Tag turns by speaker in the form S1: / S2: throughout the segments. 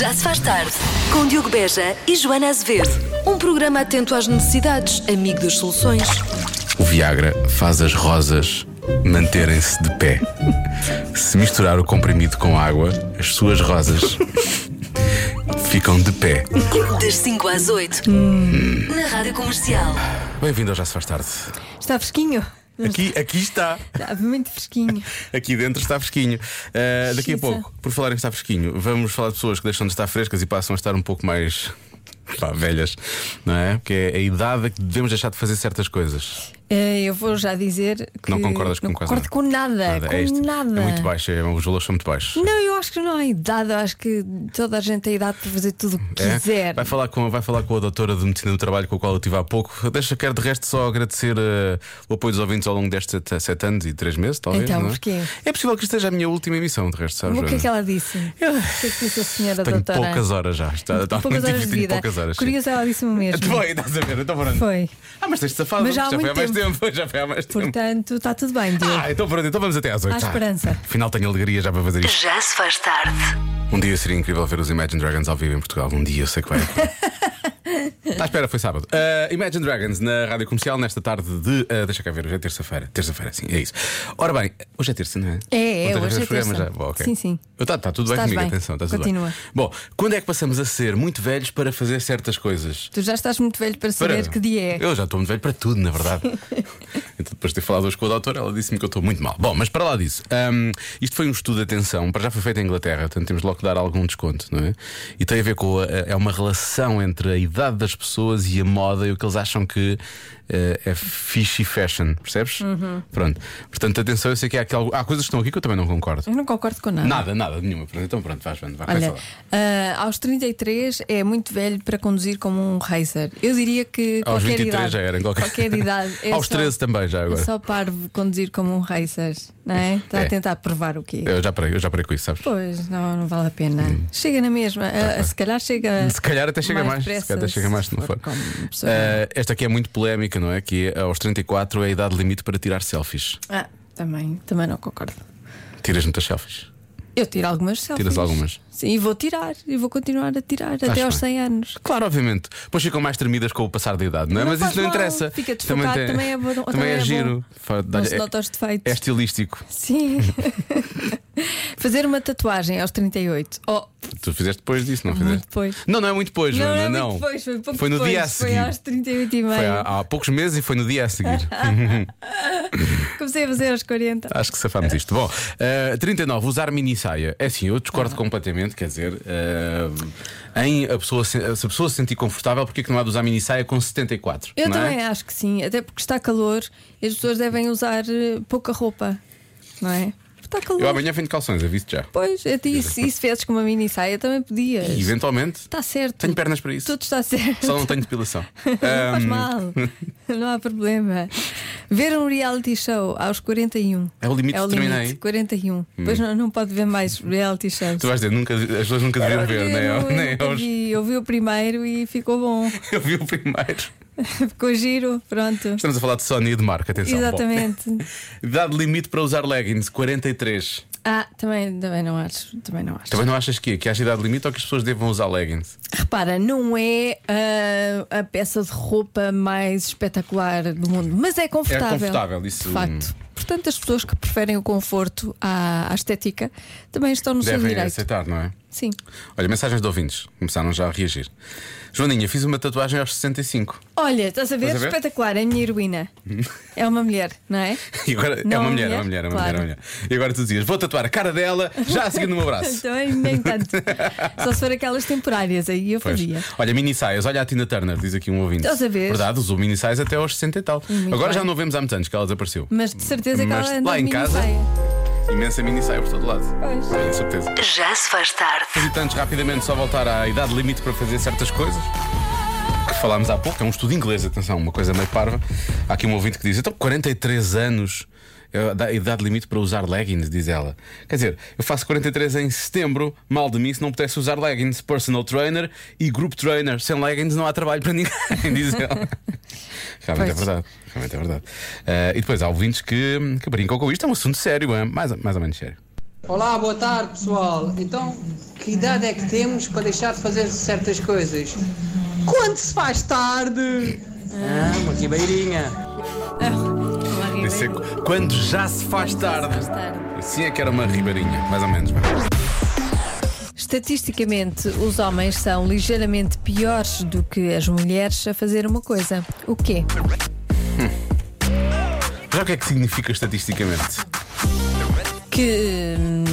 S1: Já se faz tarde, com Diogo Beja e Joana Azevedo. Um programa atento às necessidades, amigo das soluções.
S2: O Viagra faz as rosas manterem-se de pé. Se misturar o comprimido com água, as suas rosas ficam de pé.
S1: Das 5 às 8, na Rádio Comercial.
S2: Bem-vindo ao Já se faz tarde.
S3: Está fresquinho?
S2: Aqui, aqui está.
S3: Está muito fresquinho.
S2: Aqui dentro está fresquinho. Uh, daqui a
S3: Xiza.
S2: pouco, por falar em estar fresquinho, vamos falar de pessoas que deixam de estar frescas e passam a estar um pouco mais. pá, velhas, não é? Porque é a idade a que devemos deixar de fazer certas coisas.
S3: Eh, Eu vou já dizer que.
S2: Não concordas com
S3: não
S2: quase
S3: concordo
S2: nada.
S3: com nada. com
S2: é isto.
S3: nada.
S2: É muito baixo, é, os valores são muito baixos.
S3: Não, eu acho que não há idade. Eu acho que toda a gente tem idade para fazer tudo o que
S2: É?
S3: quiser.
S2: Vai, falar com, vai falar com a doutora de medicina do trabalho com a qual eu estive há pouco. Deixa, quero de resto só agradecer eh, o apoio dos ouvintes ao longo destes sete, sete anos e três meses, talvez.
S3: Então,
S2: não é?
S3: porquê?
S2: É possível que esteja a minha última emissão, de resto, sabes?
S3: o que é que
S2: Joana?
S3: ela disse? O que é que disse a senhora
S2: Tenho
S3: doutora?
S2: poucas horas já. Está, está
S3: poucas
S2: muito
S3: horas de
S2: difícil,
S3: vida.
S2: poucas horas. sim.
S3: Curioso, ela disse-me
S2: Tu
S3: mesmo.
S2: vai, estás a ver, então pronto.
S3: Foi.
S2: Ah, mas tens de safado,
S3: Mas já há
S2: foi há
S3: muito
S2: mais tempo. Já foi há mais tempo.
S3: Portanto, está tudo bem, Diogo.
S2: Ah, então pronto, então vamos até às oito.
S3: Há
S2: tá.
S3: esperança.
S2: Afinal, tenho alegria já para fazer isto.
S1: Já se faz tarde,
S2: Um dia seria incrível ver os Imagine Dragons ao vivo em Portugal. Um dia eu sei que vai. Está à espera, foi sábado. Ah, Imagine Dragons na rádio comercial nesta tarde de. ah, deixa cá ver, hoje é terça-feira. Terça-feira, sim, é isso. Ora bem, hoje é terça, não é?
S3: É, é,
S2: Ontem
S3: hoje
S2: fez
S3: é
S2: programa
S3: terça.
S2: Bom, ok.
S3: Sim, sim.
S2: Eu- Tá, tá tudo bem
S3: Estás
S2: comigo,
S3: bem.
S2: atenção, está tudo
S3: Continua.
S2: bem. Bom, quando é que passamos a ser muito velhos para fazer certas coisas?
S3: Tu já estás muito velho para saber
S2: Para-
S3: que dia é.
S2: Eu já estou muito velho para tudo, na verdade. então, depois de ter falado hoje com a doutora, ela disse-me que eu estou muito mal. Bom, mas para lá disso, hum, isto foi um estudo de atenção, para já foi feito em Inglaterra, portanto temos logo que dar algum desconto, não é? E tem a ver com. a- é uma relação entre a idade das pessoas e a moda e o que eles acham que eh, é fishy fashion, percebes?
S3: Uhum.
S2: Pronto. Portanto, atenção, eu sei que há, aqui algo- há coisas que estão aqui que eu também não concordo.
S3: Eu não concordo com nada.
S2: Nada, nada, nenhuma. Pronto, Então pronto, vais, Joana, vai,
S3: Olha,
S2: vai falar.
S3: ah, aos 33 é muito velho para conduzir como um racer. Eu diria que
S2: Aos
S3: qualquer
S2: 23
S3: idade,
S2: já era, qualquer-
S3: qualquer idade. É
S2: Aos
S3: só-
S2: 13 também, já agora.
S3: É só parvo conduzir como um racer, não é? Está
S2: É.
S3: a tentar provar o quê?
S2: Eu já parei, eu já parei com isso, sabes?
S3: Pois, não, não vale a pena. Chega na mesma. Ah, se calhar chega.
S2: Hum. Tá, Se calhar até chega mais.
S3: depressa,
S2: se calhar até chega mais, se não for.
S3: como pessoa.
S2: Eh, esta aqui é muito polémica, não é? Que é, aos 34 é a idade limite para tirar selfies.
S3: Ah, também, também não concordo.
S2: Tiras muitas selfies.
S3: Eu tiro algumas selfies.
S2: Tiras algumas.
S3: Sim, e vou tirar, e vou continuar a tirar até aos
S2: bem.
S3: 100 anos.
S2: Claro, obviamente. Depois ficam mais tremidas com o passar da idade, não é?
S3: Não
S2: Mas
S3: faz
S2: isso não
S3: mal.
S2: interessa.
S3: Fica desfocado, também é bom-
S2: também
S3: também
S2: é
S3: é bom.
S2: giro. Fa- dá-lhe-
S3: Não se nota os
S2: é, é
S3: defeitos.
S2: estilístico.
S3: Sim. Fazer uma tatuagem aos 38. Oh,
S2: Tu fizeste depois disso, não fizeste?
S3: Muito depois.
S2: Não, não é muito depois,
S3: não,
S2: Joana,
S3: é muito
S2: não.
S3: depois, foi pouco
S2: no
S3: depois,
S2: dia a
S3: Foi
S2: seguir.
S3: aos 38 e meio.
S2: Foi há, há poucos meses e foi no dia a seguir.
S3: Comecei a fazer aos 40.
S2: Acho que safámos
S3: É.
S2: isto. Bom, eh, 39, usar mini saia. É assim, eu discordo
S3: Ah.
S2: completamente, quer dizer, eh, em a pessoa, se se a pessoa se sentir confortável, porque é que não há de usar mini saia com 74?
S3: Eu
S2: não
S3: também
S2: é?
S3: acho que sim, até porque está calor e as pessoas devem usar eh, pouca roupa, não é? Está calor.
S2: Eu amanhã venho de calções, aviso já.
S3: Pois, a ti, se se fizes com uma mini saia, também podias.
S2: E eventualmente
S3: Está certo.
S2: tenho pernas para isso.
S3: Tudo está certo.
S2: Só não tenho depilação.
S3: Não faz
S2: Ahm,
S3: mal. Não há problema. Ver um reality show aos 41.
S2: É o limite
S3: é o
S2: que
S3: limite,
S2: terminei. Hum.
S3: 41. Pois não, não pode ver mais reality shows.
S2: Tu vais dizer, nunca, as pessoas nunca deviam
S3: Eu
S2: ver, nem eu,
S3: nunca
S2: nem eu.
S3: vi. eu vi o primeiro e ficou bom.
S2: Eu vi o primeiro.
S3: Ficou giro, pronto.
S2: Estamos a falar de Sony e de marca, atenção. é Bom,
S3: Exatamente.
S2: idade limite para usar leggings, 43.
S3: Ah, também, também não acho. Também não acho.
S2: Também não achas que, é? que haja idade limite ou que as pessoas devam usar leggings?
S3: Repara, não é ah, a peça de roupa mais espetacular do mundo, mas é confortável.
S2: confortável, isso- um-
S3: De facto. Portanto, as pessoas que preferem o conforto à, à estética também estão no seu
S2: Devem
S3: direito.
S2: aceitar, não é?
S3: Sim.
S2: Olha, mensagens de ouvintes começaram já a reagir. Joaninha, fiz uma tatuagem aos 65.
S3: Olha, estás a ver?
S2: Estás a ver?
S3: Espetacular, é a minha heroína. é uma mulher, não é?
S2: E agora é
S3: Não,
S2: uma
S3: a
S2: mulher, é
S3: mulher,
S2: uma mulher, é uma
S3: claro.
S2: mulher, é uma mulher. E agora tu dizias, vou tatuar a cara dela, já a seguir no meu braço.
S3: Também Então, é, nem tanto. Só se for aquelas temporárias, aí eu
S2: Pois.
S3: fazia.
S2: Olha, mini saias, olha a Tina Turner, diz aqui um ouvinte.
S3: Estás a ver?
S2: Verdade, usou mini saias até aos 60 e tal.
S3: Muito
S2: agora
S3: bem.
S2: já não vemos há muitos anos que ela desapareceu.
S3: Mas de certeza que
S2: Mas
S3: ela anda
S2: lá
S3: de
S2: em
S3: mini
S2: casa-
S3: saia.
S2: Imensa mini saia por todo lado.
S3: Pois.
S2: Tenho certeza.
S1: já se faz tarde,
S2: visitantes rapidamente só voltar à idade limite para fazer certas coisas. Que falámos há pouco, é um estudo inglês, atenção, uma coisa meio parva. Há aqui um ouvinte que diz: então, 43 anos é a da- idade limite para usar leggings, diz ela. Quer dizer, eu faço 43 em setembro, mal de mim se não pudesse usar leggings. Personal trainer e group trainer. Sem leggings não há trabalho para ninguém, diz ela. Realmente é
S3: Pois.
S2: verdade. Realmente é verdade. Eh, e depois há ouvintes que, que brincam com isto, é um assunto sério, é? Mais, mais ou menos sério.
S4: Olá, boa tarde pessoal. Então, que idade é que temos para deixar de fazer certas coisas? Quando se faz tarde? Ah, uma ribeirinha.
S2: Tem que ser qu- Quando já se faz tarde.
S3: tarde.
S2: Assim é que era uma ribeirinha, mais ou menos. vá.
S3: Estatisticamente, os homens são ligeiramente piores do que as mulheres a fazer uma coisa. O quê?
S2: Já o que é que significa estatisticamente?
S3: Que hum,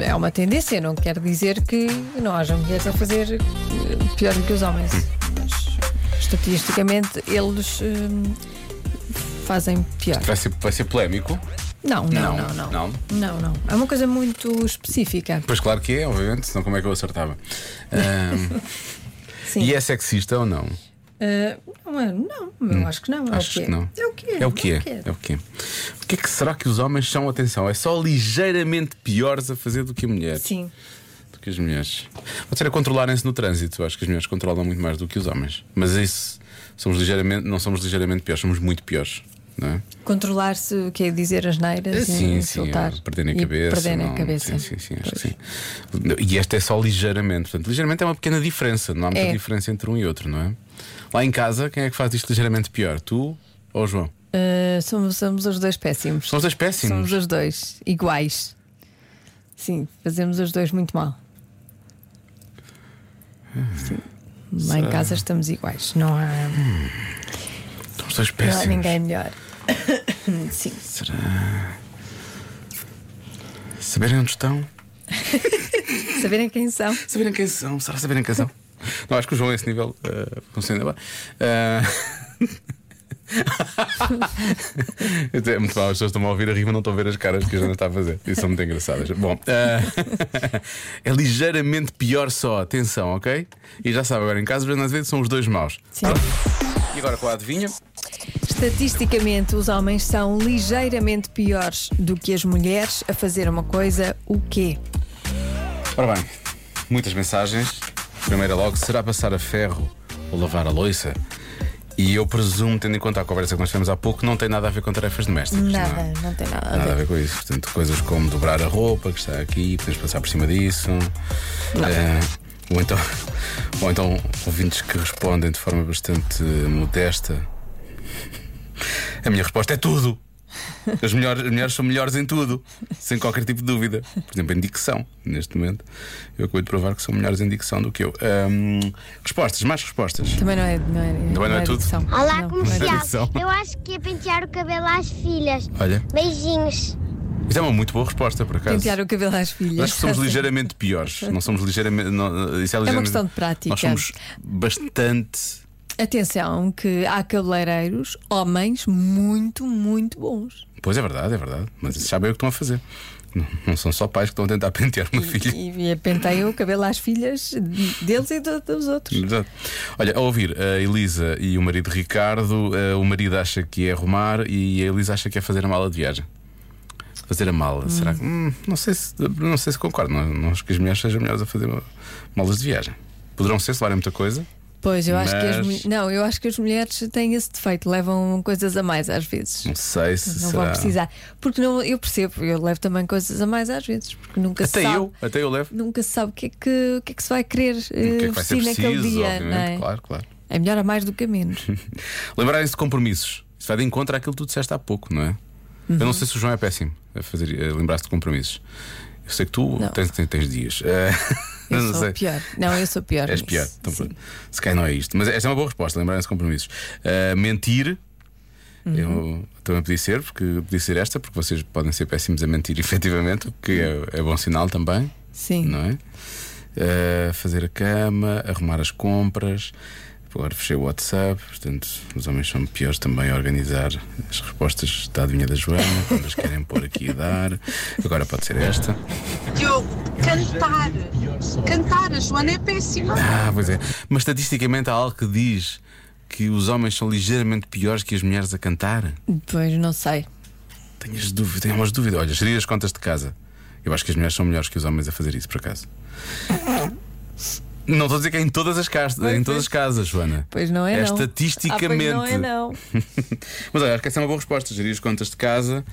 S3: é, é uma tendência, não quer dizer que não haja mulheres a fazer eh, pior do que os homens. Mas, estatisticamente, eles hum, fazem pior.
S2: Vai ser, vai ser polémico?
S3: Não não não,
S2: Não,
S3: não,
S2: não.
S3: Não, não. É uma coisa muito específica.
S2: Pois claro que é, obviamente, senão como é que eu acertava? Ahm,
S3: Sim.
S2: e é sexista ou não?
S3: Eh, não, é- não, eu acho que não. é o
S2: Acho
S3: quê?
S2: Hum. que não.
S3: É o que
S2: É o que é. É o que é. O que é que será que os homens são? Atenção, é só ligeiramente piores a fazer do que a mulher.
S3: Sim.
S2: Do que as mulheres. Pode ser a controlarem-se no trânsito. Eu Acho que as mulheres controlam muito mais do que os homens. Mas isso, somos ligeiramente, não somos ligeiramente piores, somos muito piores. Não é?
S3: Controlar-se, o que é dizer as neiras,
S2: Sim, sim,
S3: e soltar.
S2: perderem a
S3: E
S2: cabeça.
S3: perderem a
S2: não- Sim,
S3: cabeça.
S2: sim, sim, acho que sim. E esta é só ligeiramente. Portanto, ligeiramente é uma pequena diferença. Não há muita
S3: É.
S2: diferença entre um e outro, não é? Lá em casa, quem é que faz isto ligeiramente pior? Tu ou o João?
S3: Eh, somos, somos os dois péssimos.
S2: São os dois péssimos.
S3: Somos os dois iguais. Sim, fazemos os dois muito mal. Sim. Lá em casa estamos iguais. Não há,
S2: São os dois
S3: não há
S2: péssimos.
S3: ninguém melhor. Sim.
S2: Saberem onde estão?
S3: Saberem quem são.
S2: Saberem quem são? Será saberem quem são? Não, acho que o João, a esse nível, eh, funciona bem. Eh, É muito mal, as pessoas estão a ouvir a rima, não estão a ver as caras que a Joana está a fazer. Isso são muito engraçadas. Bom, eh, é ligeiramente pior só, atenção, ok? E já sabe, agora em casa, às vezes são os dois maus.
S3: Sim.
S2: E agora com a adivinha?
S3: Estatisticamente, os homens são ligeiramente piores do que as mulheres a fazer uma coisa, o quê?
S2: Ora bem, muitas mensagens. Primeira logo, será passar a ferro ou lavar a louça? E eu presumo, tendo em conta a conversa que nós tivemos há pouco, não tem nada a ver com tarefas domésticas. não é?
S3: Nada, Ah, não tem nada a
S2: Nada a
S3: ver.
S2: ver com isso. Portanto, coisas como dobrar a roupa que está aqui, podemos passar por cima disso. Eh, ou, então, ou então ouvintes que respondem de forma bastante eh, modesta. A minha resposta é tudo. As melhores- as mulheres são melhores em tudo, sem qualquer tipo de dúvida. Por exemplo, em dicção, neste momento. Eu acabei de provar que são melhores em dicção do que eu. Ahm, respostas, mais respostas.
S3: Também não é. Não é,
S2: não é tudo?
S3: dicção.
S5: Olá,
S3: Não, não é
S5: comercial.
S2: Atenção.
S5: Eu acho que ia pentear o cabelo às filhas.
S2: Olha,
S5: Beijinhos.
S2: isso é uma muito boa resposta, por acaso.
S3: Pentear o cabelo às filhas.
S2: Acho que somos ligeiramente piores. Não somos ligeiramente. não, isso é, ligeiramente-
S3: questão de prática.
S2: Nós somos bastante.
S3: Atenção, que há cabeleireiros, homens muito, muito bons.
S2: Pois é verdade, é verdade. Mas isso sabem o que estão a fazer. Não, não são só pais que estão a tentar pentear uma filha.
S3: E, e penteiam o cabelo às filhas deles e do- dos outros.
S2: Exato. Olha, ao ouvir a Elisa e o marido Ricardo, eh, o marido acha que é arrumar e a Elisa acha que é fazer a mala de viagem. Fazer a mala, será que. Hum, não, sei se, não sei se concordo. Não, não acho que as mulheres sejam melhores a fazer malas de viagem. Poderão ser, se levarem muita coisa.
S3: Pois, eu acho que as
S2: Mas-
S3: mulheres. Não, eu acho que as mulheres têm esse defeito, levam coisas a mais às vezes.
S2: Não sei se
S3: Não
S2: será.
S3: vão precisar. Porque não, eu percebo, eu levo também coisas a mais às vezes, porque nunca se
S2: Até
S3: sabe.
S2: eu, até eu levo.
S3: Nunca se sabe o que é que, o que, é que se vai querer
S2: O que é
S3: eh,
S2: que vai ser
S3: vestir naquele
S2: preciso,
S3: dia. não
S2: obviamente,
S3: é?
S2: claro, claro.
S3: é melhor a mais do que a menos.
S2: Lembrarem-se de compromissos. Isso vai de encontro àquilo que tu disseste há pouco, não é? Eu
S3: Uhum.
S2: não sei se o João é péssimo a, fazer- a lembrar-se de compromissos. Eu sei que tu
S3: Não.
S2: tens, tens- tens dias. Eh,
S3: Eu
S2: eu não
S3: sou
S2: sei.
S3: pior. Não, eu sou pior.
S2: És
S3: nisso.
S2: pior. Então,
S3: Sim.
S2: pronto. se calhar não é isto. Mas esta é uma boa resposta, lembrarem-se de compromissos. Eh, mentir.
S3: Uhum.
S2: Eu também podia ser, porque podia ser esta, porque vocês podem ser péssimos a mentir, efetivamente, o que é- é bom sinal também
S3: Sim.
S2: não é? Eh, fazer a cama, arrumar as compras. Agora fechei o WhatsApp, portanto, os homens são piores também a organizar as respostas da adivinha da Joana, quando as querem pôr aqui a dar. Agora pode ser esta.
S6: Diogo, cantar. Cantar, a Joana é péssima.
S2: Ah, pois é. Mas estatisticamente há algo que diz que os homens são ligeiramente piores que as mulheres a cantar?
S3: Pois, não sei.
S2: Tenho, as dúvidas, tenho umas dúvidas. Olha, gerir as contas de casa. Eu acho que as mulheres são melhores que os homens a fazer isso, por acaso. Não estou a dizer que é em todas as casas, em todas as casas, Joana.
S3: Pois não é,
S2: É
S3: não.
S2: estatisticamente.
S3: Ah, pois não é, não.
S2: Mas olha, acho que essa é uma boa resposta. Gerir as contas de casa,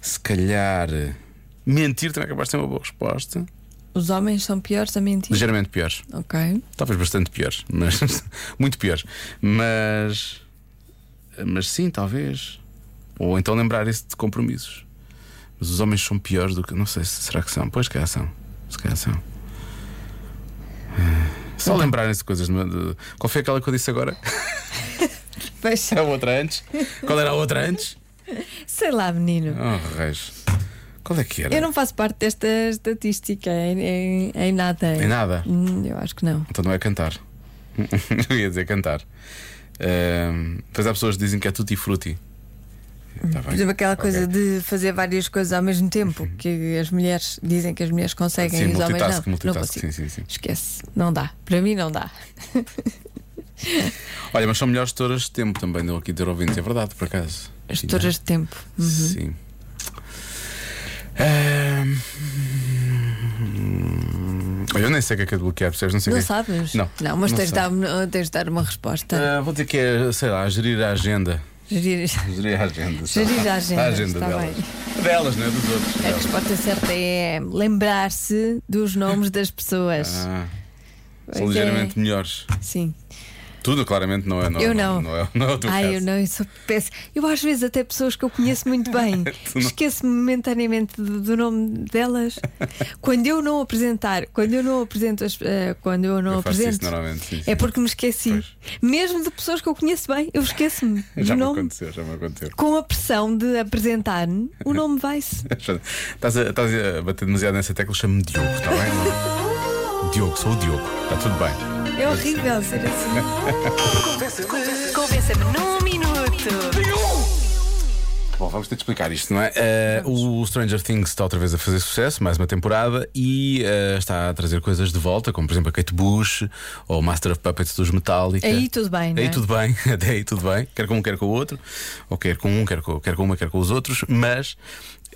S2: se calhar. Mentir também é capaz de ter uma boa resposta.
S3: Os homens são piores a mentir.
S2: Ligeiramente piores.
S3: Ok.
S2: Talvez bastante piores, mas muito piores. Mas. Mas sim, talvez. Ou então lembrar-se de compromissos. Mas os homens são piores do que. Não sei se será que são. Pois, se calhar são. Se calhar são. Ah, Só lembrarem-se de coisas. não é? De- Qual foi aquela que eu disse agora?
S3: Fecha.
S2: A outra antes? Qual era a outra antes?
S3: Sei lá, menino.
S2: Oh, reis. Qual é que era?
S3: Eu não faço parte desta estatística em, em- em nada.
S2: Em nada.
S3: Hum, Eu acho que não.
S2: Então não é cantar. Eu ia dizer cantar. Ahm, Depois há pessoas que dizem que é tutti frutti. Tá
S3: Por
S2: bem.
S3: exemplo, aquela
S2: Ok. Uhum.
S3: coisa de fazer várias coisas ao mesmo tempo, que as mulheres dizem que as mulheres conseguem
S2: Sim,
S3: e os homens não.
S2: multitask,
S3: não
S2: multitask,
S3: consigo.
S2: sim, sim, sim.
S3: Esquece, não dá. Para mim não dá.
S2: Olha, mas são melhores gestoras de tempo também, deu aqui ter ouvintes, é verdade, por acaso.
S3: As toras de tempo. Hum.
S2: é. Sim. Ahm. Olha, eu nem sei o que é que é de bloquear, percebes? Não sei o
S3: Não
S2: que é.
S3: sabes?
S2: Não.
S3: Não, mas tens de,
S2: sei.
S3: dar, tens de dar uma resposta.
S2: Ah, vou dizer que é, sei lá, gerir a agenda.
S3: Gerir-
S2: Gerir a agenda. sei
S3: Gerir
S2: lá.
S3: a agenda,
S2: A agenda
S3: está
S2: delas. Delas, não é? Dos outros.
S3: A
S2: delas.
S3: resposta certa é lembrar-se dos nomes das pessoas.
S2: Ah,
S3: Pois
S2: são
S3: é.
S2: ligeiramente melhores.
S3: Sim.
S2: Tudo claramente não é não,
S3: Eu não.
S2: Não, é, não é o teu caso.
S3: Ai, eu não, eu sou péssima. Eu às vezes até pessoas que eu conheço muito bem
S2: não-
S3: esqueço-me momentaneamente do, do nome delas. quando eu não apresentar, quando eu não apresento, as- eh, quando eu não
S2: Eu faço isso
S3: apresento,
S2: normalmente, sim,
S3: é
S2: sim.
S3: porque me esqueci.
S2: Pois.
S3: Mesmo de pessoas que eu conheço bem, eu esqueço-me do
S2: Já me
S3: nome.
S2: aconteceu, já me aconteceu.
S3: Com a pressão de apresentar-me, o nome vai-se.
S2: Estás a, estás a bater demasiado nessa tecla, chama-me Diogo, está bem? Diogo, sou o Diogo, está tudo bem.
S3: É horrível ser assim.
S1: Convença-me num minuto.
S2: Bom, vamos ter de explicar isto, não é? Eh, o Stranger Things está outra vez a fazer sucesso, mais uma temporada, e eh, está a trazer coisas de volta, como por exemplo a Kate Bush ou o Master of Puppets dos Metallica.
S3: Aí tudo bem, não é?
S2: Aí tudo bem, até aí tudo bem, quer com um, quer com o outro, ou quer com um, quer com, quer com uma, quer com os outros, mas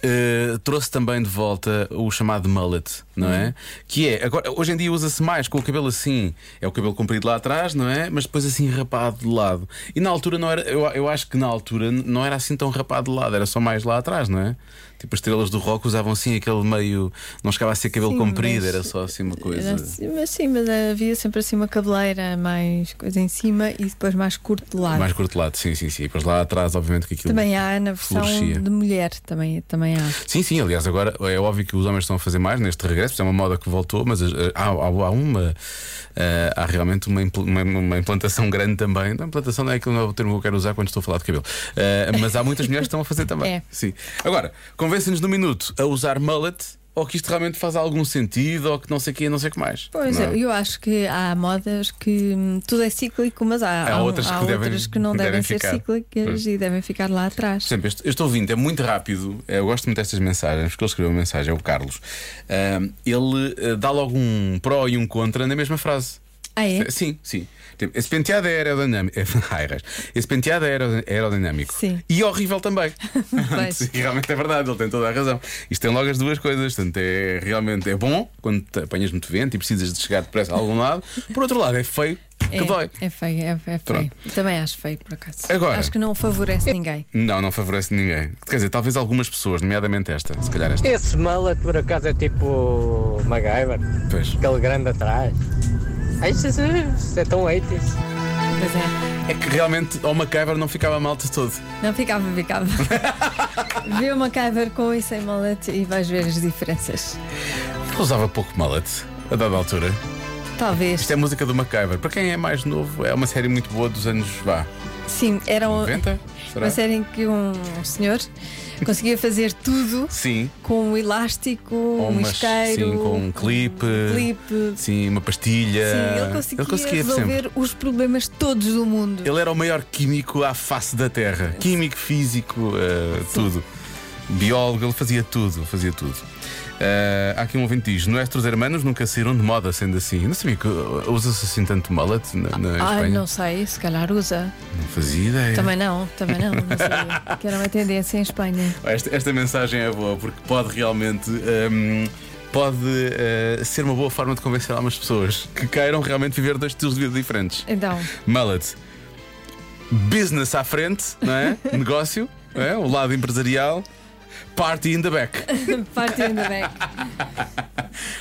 S2: eh, trouxe também de volta o chamado mullet, não
S3: Uhum.
S2: é? Que é, agora, hoje em dia usa-se mais com o cabelo assim, é o cabelo comprido lá atrás, não é? Mas depois assim rapado de lado. E na altura não era, eu, eu acho que na altura n- não era assim tão rapado de lado, era só mais lá atrás, não é? Tipo, as estrelas do rock usavam assim aquele meio, não chegava a ser cabelo
S3: Sim,
S2: comprido,
S3: mas-
S2: era só assim uma coisa.
S3: Era assim, mas sim, mas havia sempre assim uma cabeleira mais coisa em cima e depois mais curto de lado.
S2: Mais curto de lado, sim, sim, sim. E depois lá atrás, obviamente, que aquilo.
S3: Também há na versão
S2: Florescia.
S3: de mulher, também, também há.
S2: Sim, sim, aliás, agora é óbvio que os homens estão a fazer mais neste regresso, isto é uma moda que voltou, mas eh, há, há- há uma. eh, há realmente uma, impl- uma- uma implantação grande também. Não, implantação não é aquele novo termo que eu quero usar quando estou a falar de cabelo. Eh, mas há muitas mulheres que estão a fazer também.
S3: É.
S2: Sim. Agora, convencem-nos no minuto a usar mullet ou que isto realmente faz algum sentido ou que não sei o que, não sei o que mais.
S3: Pois, é,
S2: Não é?
S3: eu, eu acho que há modas que hum, tudo é cíclico, mas há,
S2: Há
S3: um-
S2: outras que
S3: há
S2: devem-
S3: outras que não devem,
S2: devem
S3: ser
S2: ficar.
S3: cíclicas
S2: Pois.
S3: e devem ficar lá atrás.
S2: Por exemplo, este, este ouvinte é muito rápido. Eu gosto muito destas mensagens, porque ele escreveu uma mensagem, é o Carlos. Ahm, ele eh, dá logo um pró e um contra na mesma frase.
S3: Ah, é?
S2: Sim, sim. Tipo, Esse penteado é aerodinâmico. Ai, raios. Esse penteado é aero- aerodinâmico.
S3: Sim.
S2: E horrível também.
S3: Pois.
S2: Sim, realmente é verdade, ele tem toda a razão. Isto tem logo as duas coisas. Portanto, é realmente é bom quando te apanhas muito vento e precisas de chegar depressa a algum lado. Por outro lado, é feio que dói.
S3: É, é feio, é, é feio.
S2: Pronto.
S3: Também acho feio, por acaso.
S2: Agora-
S3: Acho que não favorece ninguém.
S2: Não, não favorece ninguém. Quer dizer, talvez algumas pessoas, nomeadamente esta, se calhar esta.
S7: Esse mullet por acaso é tipo MacGyver,
S2: Pois.
S7: aquele grande atrás. Ai, Jesus, é tão 80s.
S3: Pois é.
S2: É que realmente ao MacGyver não ficava mal de todo.
S3: Não ficava, ficava. Vê uma MacGyver com e sem malete e vais ver as diferenças.
S2: Ele usava pouco mallet a dada altura.
S3: Talvez.
S2: Isto é música do MacGyver. Para quem é mais novo, é uma série muito boa dos anos vá.
S3: Sim, era um-
S2: 90? Será?
S3: uma série em que um senhor conseguia fazer tudo
S2: Sim.
S3: com um elástico,
S2: Ou
S3: um
S2: umas-
S3: isqueiro,
S2: sim, com um clipe. Eh,
S3: um clipe.
S2: Sim, uma pastilha.
S3: Sim, ele conseguia,
S2: sempre.
S3: resolver os problemas todos do mundo.
S2: Ele era o maior químico à face da Terra. Químico, físico, eh, tudo. Biólogo, ele fazia tudo, fazia tudo. Eh, há aqui um ouvinte que diz: Nuestros hermanos nunca saíram de moda, sendo assim. Não sabia que uh, usa-se assim tanto mullet na, na
S3: Ah,
S2: Espanha.
S3: não sei, se calhar usa.
S2: Não fazia ideia.
S3: Também não, também não, não sabia. que era uma tendência em Espanha.
S2: Esta, esta mensagem é boa porque pode realmente. hum, Pode eh, ser uma boa forma de convencer algumas pessoas que queiram realmente viver dois estilos de vida diferentes.
S3: Então,
S2: Mullet. Business à frente, não é? Negócio, não é? o lado empresarial. Party in the back.
S3: Parte ainda bem.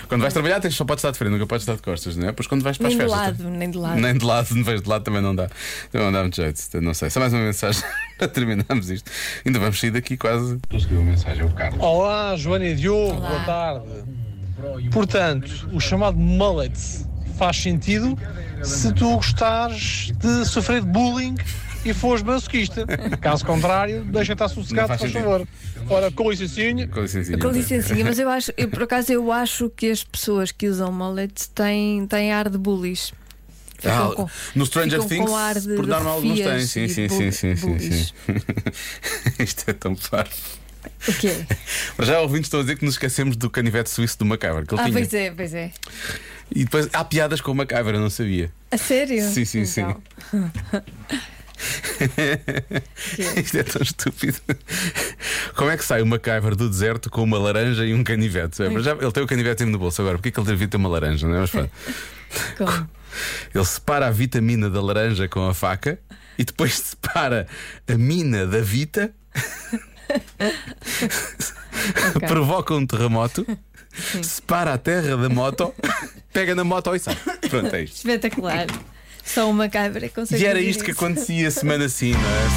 S2: Quando vais trabalhar, tens, só podes estar de frente, nunca podes estar de costas, não é? Pois quando vais para as
S3: Nem de
S2: festas.
S3: lado, nem de lado.
S2: Nem de lado, não vejo de lado também não dá. Também não dá muito jeito, então não sei. Só mais uma mensagem para terminarmos isto. Ainda vamos sair daqui quase. Escreveu uma mensagem ao Carlos.
S8: Olá, Joana e Diogo, boa tarde. Portanto, o chamado mullet faz sentido se tu gostares de sofrer de bullying e fores masoquista. Caso contrário, deixa-te
S2: Não
S8: sossegado,
S2: faz
S8: faz
S2: sentido.
S8: favor. Ora, com assim, licencinha.
S2: Com licencinha. então.
S3: Com licencinha, mas eu acho, eu, por acaso, eu acho que as pessoas que usam mullets têm, têm ar de bullies. Ficam
S2: Ah,
S3: com-
S2: no Stranger
S3: ficam com
S2: Things,
S3: ar de-
S2: por
S3: de
S2: norma, alguns têm.
S3: refias
S2: Sim,
S3: e
S2: sim, sim, sim,
S3: bu-
S2: sim, sim. Isto é tão parvo.
S3: O quê?
S2: Para já, ouvintes, estou a dizer que nos esquecemos do canivete suíço do Macabre. Que ele
S3: Ah,
S2: tinha.
S3: pois é, pois é.
S2: E depois há piadas com o Macabre, eu não sabia.
S3: A sério?
S2: Sim, sim, sim.
S3: Então,
S2: Isto é tão estúpido. Como é que sai o MacGyver do deserto com uma laranja e um canivete? É, mas já- ele tem o canivete no bolso agora. Porquê que ele devia ter uma laranja? Não é? Mas, pronto.
S3: como?
S2: ele separa a vitamina da laranja com a faca e depois separa a mina da vita,
S3: Ok.
S2: provoca um terremoto, separa a terra da moto, pega na moto e sai. Pronto, é isto.
S3: Espetacular. Só uma cabra consegue.
S2: E era
S3: fazer
S2: isto que
S3: isso.
S2: acontecia semana sim, não é? Semana-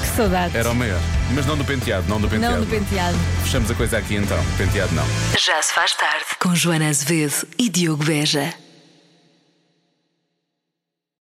S3: Que saudades.
S2: Era o maior. Mas não do penteado, não do penteado.
S3: Não do penteado.
S2: Fechamos a coisa aqui então. Penteado não.
S1: Já se faz tarde. Com Joana Azevedo e Diogo Beja.